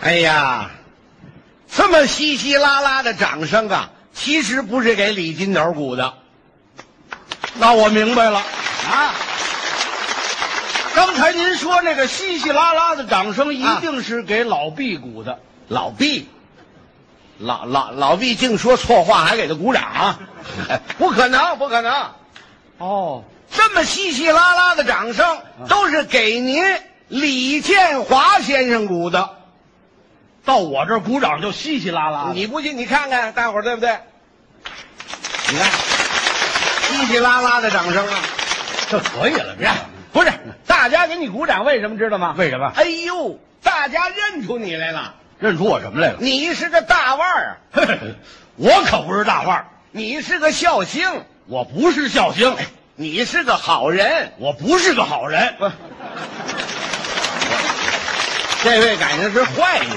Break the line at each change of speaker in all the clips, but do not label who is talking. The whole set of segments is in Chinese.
哎呀，这么稀稀拉拉的掌声啊，其实不是给李金斗鼓的。那我明白了，
啊，
刚才您说那个稀稀拉拉的掌声，一
啊
定是给老毕鼓的。
老毕，
老老老毕竟说错话，还给他鼓掌、啊 不可能，不可能！
哦，
这么稀稀拉拉的掌声，都是给您李建华先生鼓的。
到我这儿鼓掌就稀稀拉拉的。
你不信，你看看大伙儿对不对？你看，稀稀拉拉的掌声啊！
这可以了，别
呀，不是，大家给你鼓掌，为什么知道吗？
为什么
哎呦，大家认出你来了，
认出我什么来了？
你是个大腕儿啊，
我可不是大腕儿，
你是个孝星，哎
我不是孝星，
你是个好人。
我不是个好人。
这位赶上是坏人，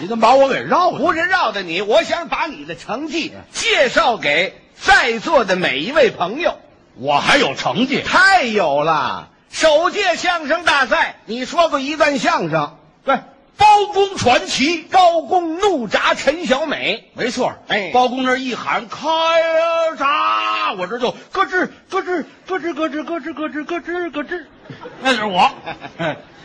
你怎么把我给绕了？
不是绕的你。我想把你的成绩介绍给在座的每一位朋友。
我还有成绩，
太有了！首届相声大赛，你说过一段相声，
对，包公传奇，
高公怒砸陈小美。
没错。
哎
包公那一喊开呀闸，我这就咯吱咯吱咯吱咯吱咯吱咯吱咯吱咯吱，那就是 我。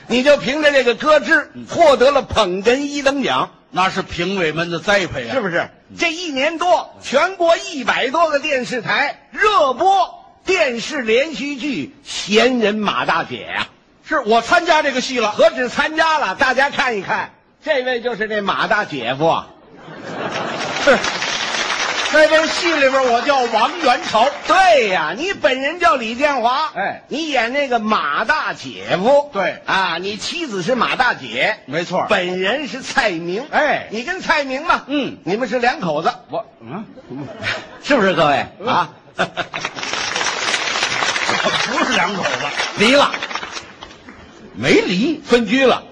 你就凭着这个咯吱，获得了捧哏一等奖，
嗯那是评委们的栽培啊！
是不是？这一年多，全国一百多个电视台热播电视连续剧《闲人马大姐》啊呀、
是我参加这个戏了，
何止参加了，大家看一看，这位就是这马大姐夫啊。
在这戏里边我叫王元朝。
对呀、你本人叫李建华，
哎
你演那个马大姐夫，
对
啊，你妻子是马大姐，
没错
本人是蔡明，
哎
你跟蔡明嘛，
嗯
你们是两口子，
我嗯，
是不是各位、啊？
我不是两口子，
离了，
没离，
分居了，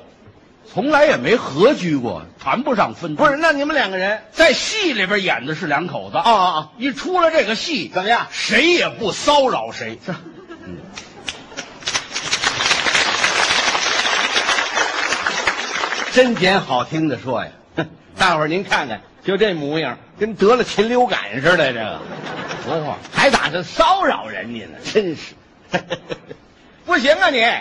从来也没合居过，谈不上分居。
不是？那你们两个人，
在戏里边演的是两口子
哦，哦，
一出了这个戏，啊
怎么样？
谁也不骚扰谁。
真捡好听的说 呀，哼大伙儿您看看，就这模样，跟得了禽流感似的，这个。
说话
还打算骚扰人家呢，真是， 不行啊 你，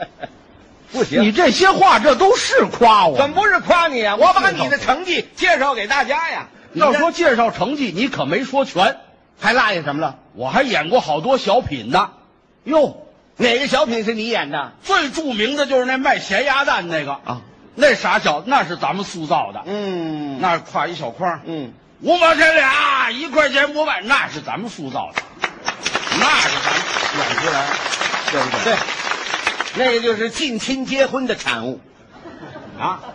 不行，
你这些话这都是夸我。
怎么不是夸你啊？我把你的成绩介绍给大家呀。
要说
你
介绍成绩，你可没说全。
这还落下什么了？
我还演过好多小品呢。哟，
哪个小品是你演的？
最著名的就是那卖咸鸭蛋那个
啊，
那傻小那是咱们塑造的，
嗯那
那挎一小筐，
嗯，
五毛钱俩，一块钱不卖，那是咱们塑造的，那是咱们演出来的，对不对？
对，那个就是近亲结婚的产物啊。
嗯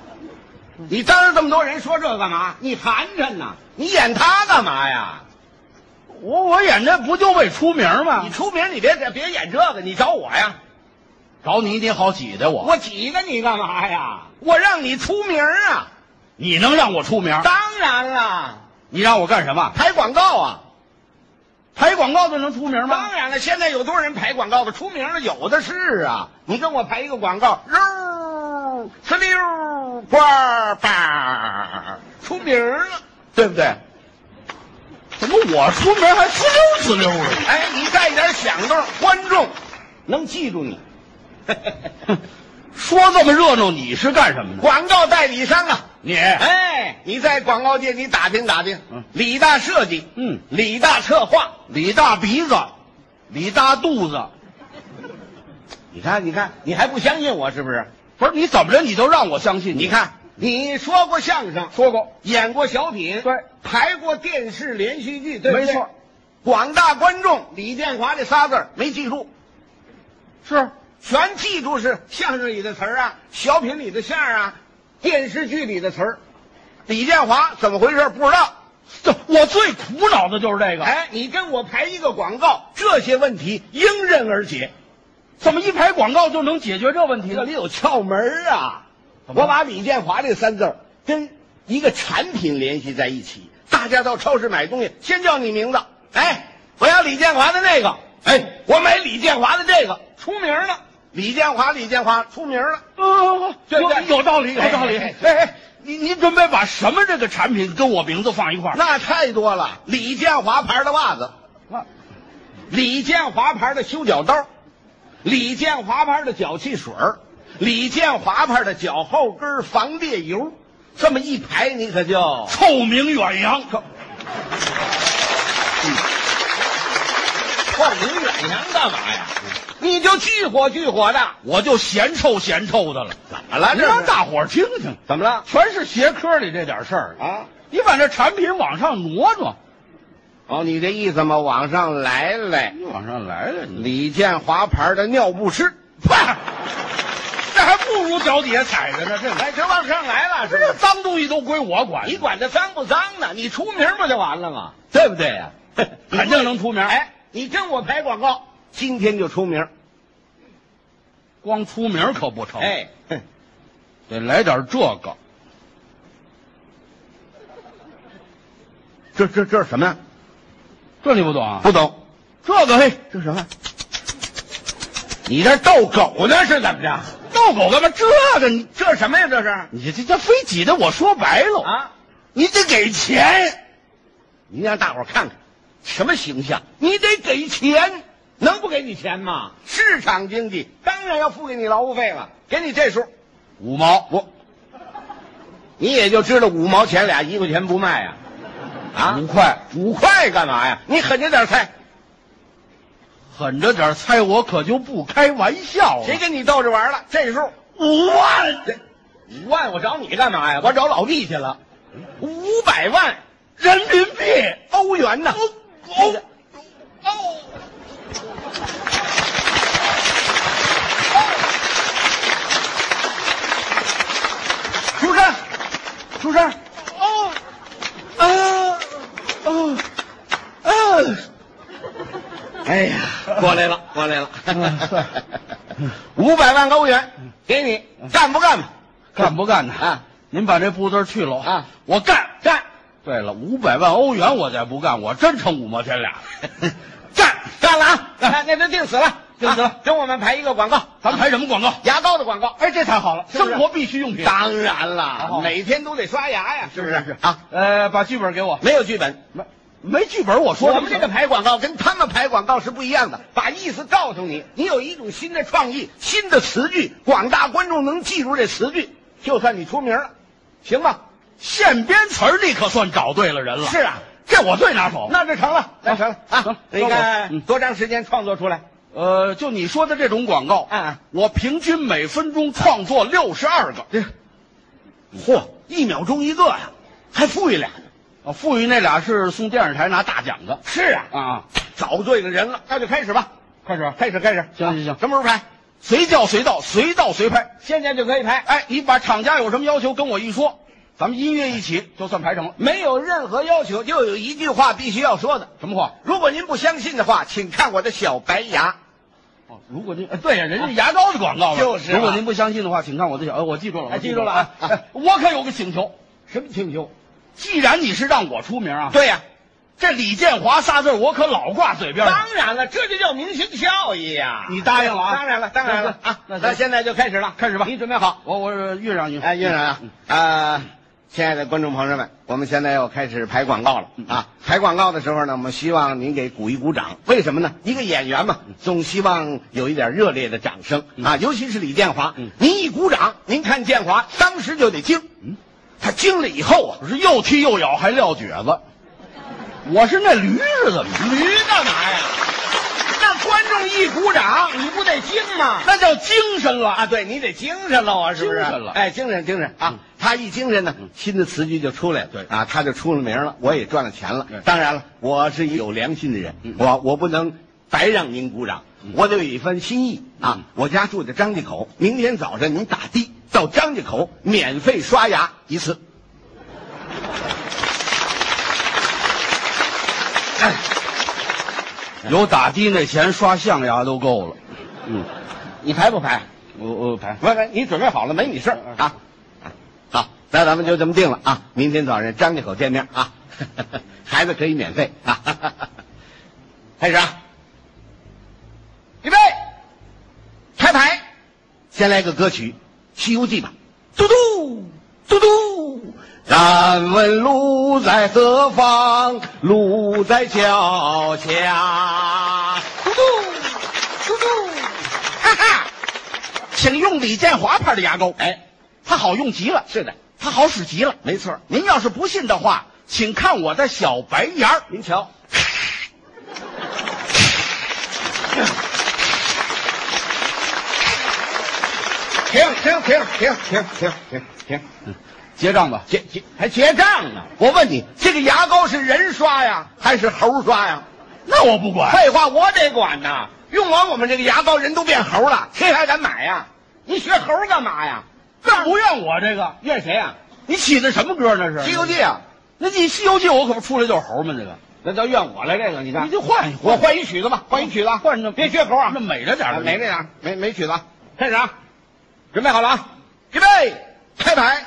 你当着这么多人说这个干嘛？你寒碜呐！你演他干嘛呀？
我我演这不就为出名吗
你？出名你别别演这个，你找我呀。
找你你好挤的我，
我挤着你干嘛呀？我让你出名啊！
你能让我出名？
当然了，
你让我干什么？
排广告啊！
拍广告就能出名吗
当？然了，现在有多少人排广告的？出名的有的是啊！你跟我排一个广告，肉呲溜呱吧，出名了，对不对？
怎么我出名还滋溜滋溜的？
哎，你带点响动，观众能记住你。
说这么热闹，你是干什么的？
广告代理商啊，
你
哎，你在广告界你打听打听，
嗯
李大设计，
嗯
李大策划，
李大鼻子，李大肚子，
你看，你看，你还不相信我是不是？
不是你怎么着你都让我相信？
你看，你说过相声，
说过，
演过小品，
对，
排过电视连续剧，对不对？
没错。
广大观众，李建华这仨字儿没记住，
是
全记住是相声里的词儿啊，小品里的相儿啊，电视剧里的词儿。李建华怎么回事？不知道。
这我最苦恼的就是这个。，
哎，你跟我排一个广告，这些问题迎刃而解。
怎么一拍广告就能解决这问题
这
呢
里？有窍门儿啊！
怎么
我把李建华这三字儿跟一个产品联系在一起。大家到超市买东西，先叫你名字。哎，我要李建华的那个。哎，我买李建华的这个，出名了。李建华，李建华出名了，
啊，
对
有
对
有道理，有道理。
哎
哎哎，你你准备把什么这个产品跟我名字放一块儿？
那太多了。李建华牌的袜子，
那
李建华牌的修脚刀，李建华牌的脚汽水儿李建华牌的脚后跟防裂油，这么一排，你可就
臭名远扬，
换名远洋干嘛呀？你就聚火聚火的，
我就嫌臭嫌臭的了。
怎么了
你
这
让
是？
大伙儿听听，
怎么了？
全是学科里这点事儿。
啊？
你把这产品往上挪挪，
哦，你这意思嘛，往上来来。
你往上来了，你
李建华牌的尿不湿，
啪，这还不如脚底下踩着呢。这
哎，这往上来了，
这脏东西都归我管，
你管它脏不脏呢？你出名不就完了吗？
对不对 呀、肯定能出名。
哎，你跟我排广告，今天就出名。
光出名可不成，，
哎，哼
得来点这个。
这这这是什么呀？
这你不懂啊？
不懂，
这个嘿，
这什么？你这逗狗呢是怎么着？
逗狗干嘛？这个你
这什么呀？这是
你这这非挤的，我说白了，
啊？
你得给钱，
你让大伙儿看看，什么形象？你得给钱，能不给你钱吗？市场经济当然要付给你劳务费了，给你这数，
五毛
不， 你也就知道五毛钱俩一块钱不卖呀、啊，
五块，
五块干嘛呀？你狠着点猜，
狠着点猜，我可就不开玩笑
谁
了。
跟你逗着玩了？这数
五万，
五万，我找你干嘛呀？我找老毕去了，五百万
人民币，
欧元呢？
欧
欧
哦，
出声，出声，
哦，啊，哦，啊。
哎呀，过来了，过来了
嗯，
五百万欧元给你，干不干吧？
干不干呢？
啊，
您把这步字去了
啊，
我干。
干，
对了，五百万欧元我再不干，我真成五毛钱俩了。干，
干了啊！那那就定死了，
定死了
啊跟我们排一个广告，
咱们拍什么广告？
牙膏的广告。
哎，这太好了，
是不是
生活必需用品。啊
当然
好
了，每天都得刷牙哦呀，是不是啊？
呃，把剧本给我。
没有剧本，
没没剧本，我说
我们这个
什么
排广告跟他们排广告是不一样的，把意思告诉你，你有一种新的创意、新的词句，广大观众能记住这词句，就算你出名了，行吧？
现编词儿，这可算找对了人了。
是啊，
这我最拿手。
那就成了，那成了
行
啊！你
嗯
看多长时间创作出来？
呃，就你说的这种广告，
啊，
我平均每分钟创作六十二个，
这，嚯，一秒钟一个呀，还富裕俩呢。
啊，富裕那俩是送电视台拿大奖的。
是啊，
啊，
找对了人了，那就开始吧，
开始。
开始开始。
行行行
什么时候拍？
随叫随到，随到随拍。
现在就可以拍，
哎，你把厂家有什么要求跟我一说，咱们音乐一起就算排成了。
没有任何要求，就有一句话必须要说的。
什么话？
如果您不相信的话，请看我的小白牙。
哦，如果您哎对呀，人家牙膏的广告嘛
就是啊
如果您不相信的话，请看我的小，呃我记住了，
哎
我
记住了啊
哎我可有个请求，
什么请求？
既然你是让我出名啊，，
对呀、
这李建华仨字儿我可老挂嘴边儿了。
当然了，这就叫明星效益呀、
你答应了啊
当然了，当然了啊！
那行
那现在就开始了，
开始吧
你准备好？
我我越让嗯越
哎，院长啊，啊，亲爱的观众朋友们，我们现在要开始排广告了
嗯
啊！排广告的时候呢，我们希望您给鼓一鼓掌，为什么呢？一个演员
嗯
嘛，总希望有一点热烈的掌声啊，尤其是李建华
嗯，
您一鼓掌，您看建华当时就得惊，他惊了以后啊，
我嗯是又踢又咬还撂蹶子，我是那驴是怎么着？
驴干嘛呀？那观众一鼓掌，你不得惊吗？
那叫精神了。
啊，对你得精神了啊，是不是？
精神了
哎，精神精神啊！他一精神呢，新的词句就出来了，
嗯对
啊，他就出了名了，我也赚了钱了
对。
当然了，我是一有良心的人
嗯，
我我不能白让您鼓掌
嗯，
我得有一番心意啊
嗯！
我家住在张家口，明天早晨您打的到张家口免费刷牙一次。哎
有打的那钱刷象牙都够了。
嗯，你排不排？
我我排。
哎喂喂，你准备好了没？你事儿
嗯嗯
啊？好，那咱们就这么定了啊！明天早上张家口见面啊， 孩子可以免费啊！开始啊！预备，开牌。先来个歌曲《西游记》吧。
嘟嘟嘟嘟，
敢问路在何方？路在脚下。
嘟嘟嘟嘟，哈哈，请用李建华牌的牙膏，
哎，
它好用极了，
是的，
它好使极了。
没错儿。
您要是不信的话，请看我的小白牙儿。
您瞧，
停停停停停停停停，结账吧。
结结还结账呢？我问你，这个牙膏是人刷呀，还是猴刷呀？
那我不管。
废话，我得管呐！用完我们这个牙膏，人都变猴了，谁还敢买呀？你学猴干嘛呀？
那不怨我这个，
怨谁呀？
你起的什么歌那是？
《西游记》啊，
那你《西游记》我可不出来就是猴吗？这个，
那叫怨我了。这个你
你
看，
就换一换，
我换一曲子吧，换一曲子啊，
换着
别学猴啊
那，美着点
啊
儿，
没那样，没没曲子啊，开始啊！准备好了啊，预备，开牌。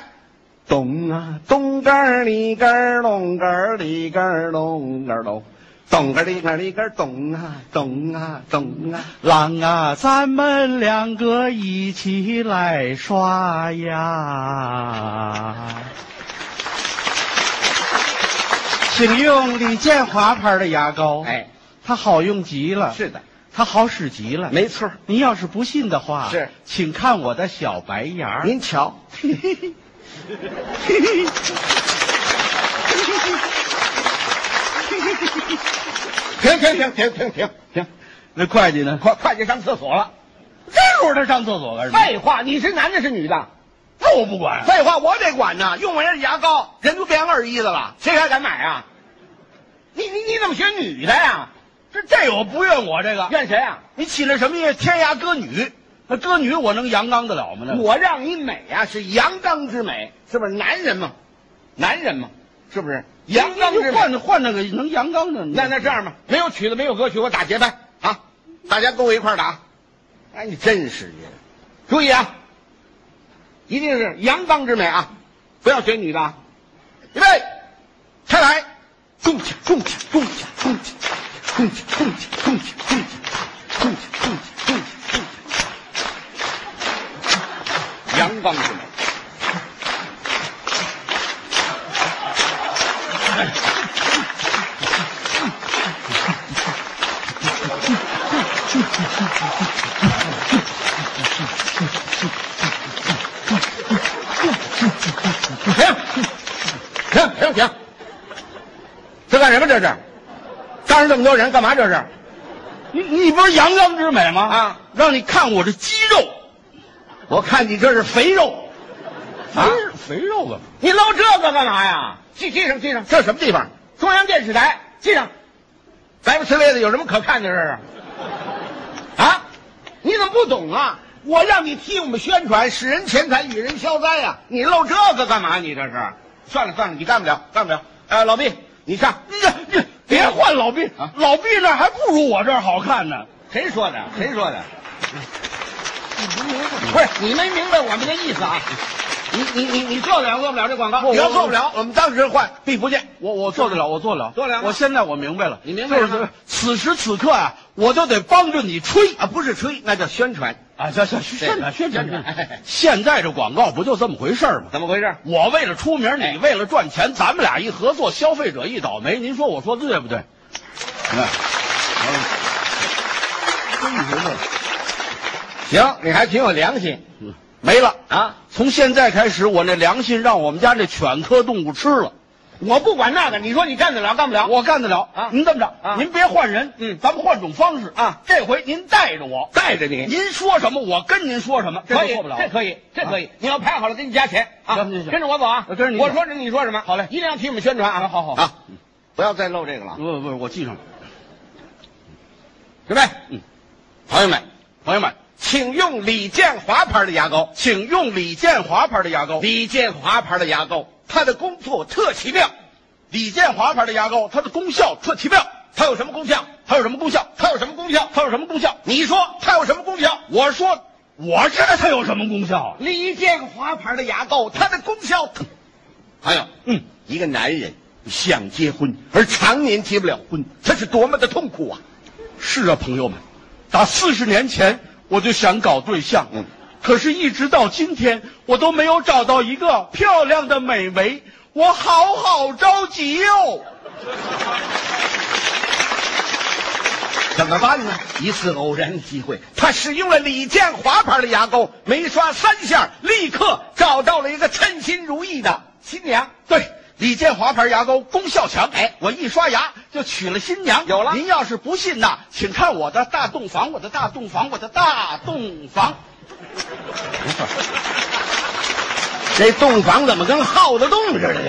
咚啊咚个儿里个儿隆个儿里个儿隆个儿隆，咚个儿里个儿里个儿咚啊咚啊咚啊。
狼啊，咱们两个一起来刷牙。请用李建华牌的牙膏，
哎，
它好用极了，
是的，
它好使极了。
没错儿。
您要是不信的话，
是
请看我的小白牙儿。
您 瞧，停停停停停停停，
那会计呢？
快快去上厕所了。
这会儿他上厕所干什么？哎
废话，你是男的，是女的？
那我不管。
废话，我得管呐。用完这牙膏，人都变二一的了，谁还敢买啊？你你你怎么学女的呀？
这这我不怨我这个。
怨谁啊？
你起了什么夜？天涯歌女，那歌女我能阳刚得了吗？那个
我让你美啊，是阳刚之美，是不是？男人嘛，男人嘛，是不是？阳刚
你
之
就
美。
换换那个能阳刚的。
那那这样吧，没有曲子，没有歌曲，我打节拍啊！大家跟我一块儿打。哎，你真是的，注意啊，一定是阳刚之美啊，不要学女的。啊。预备，开来，咚锵咚锵咚锵咚锵咚锵咚锵咚锵咚锵咚锵咚锵咚锵，阳刚之美。停停停停！这干什么？这是？当着这么多人干嘛？这是？
你你不是阳刚之美吗？
啊，
让你看我这肌肉，
我看你这是肥肉，啊
肥肉啊！
你露这个干嘛呀？记记上记上，这什么地方？中央电视台记上。白不呲咧的有什么可看的？这是？啊？你怎么不懂啊？我让你替我们宣传，使人钱财，与人消灾呀、你露这个干嘛？你这是？算了算了，你干不了，干不了。呃，老毕，你上。
你这你 别换老毕
啊
老毕那儿还不如我这儿好看呢。
谁说的？谁说 的？不是你没明白我们的意思啊！你你你你做得了做不了这广告？
我
你要
我
做不了，我们当时换必不见。
我我做得了，我做得了，
做得了吗
我现在我明白了，
你明白了吗
就是此时此刻啊，我就得帮着你吹
啊，不是吹，那叫宣传。
啊！这这
对
宣传宣传
宣传哎
现在这广告不就这么回事儿吗？
怎么回事？
我为了出名，
哎
你为了赚钱，咱们俩一合作，消费者一倒霉，您说我说对不对？哎，真不错，
行，你还挺有良心
嗯
没了啊！
从现在开始，我那良心让我们家这犬科动物吃了，
我不管那个，你说你干得了干不了？
我干得了
啊
您这么着，
啊
您别换人，
嗯
咱们换种方式
啊
这回您带着我，
带着你，
您说什么我跟您说什么，这
嗯可
都
以
做不了，。啊
这可以，这可以。你要拍好了，给你加钱啊！
行行行
跟着我走啊！
我跟着你走
我说什么你说什么。
好嘞
一定要替我们宣传啊！
好好好
啊！不要再露这个了啊，
不不不，我记上了，
准备。
嗯，
朋友们，
朋友们，
请用李建华牌的牙膏。
请用李建华牌的牙膏。
李建华牌的牙膏，它的功效特奇妙。
李建华牌的牙膏，它的功效特奇妙。
它有什么功效？
它有什么功效？
它有什么功效？
它有什么功效？
你说它有什么功效？
我说，我知道它有什么功效啊？
李建华牌的牙膏，它的功效特……还有，
嗯，
一个男人想结婚而常年结不了婚，这是多么的痛苦啊！
是啊，朋友们，打四十年前我就想搞对象，
嗯
可是，一直到今天，我都没有找到一个漂亮的美眉，我好好着急哟、
怎么办呢？一次偶然机会，他使用了李建华牌的牙膏，没刷三下，立刻找到了一个称心如意的新娘。
对，李建华牌牙膏功效强，
哎
我一刷牙就娶了新娘。
有了
您要是不信呐，请看我的大洞房，我的大洞房，我的大洞房。
这洞房怎么跟耗子洞似的？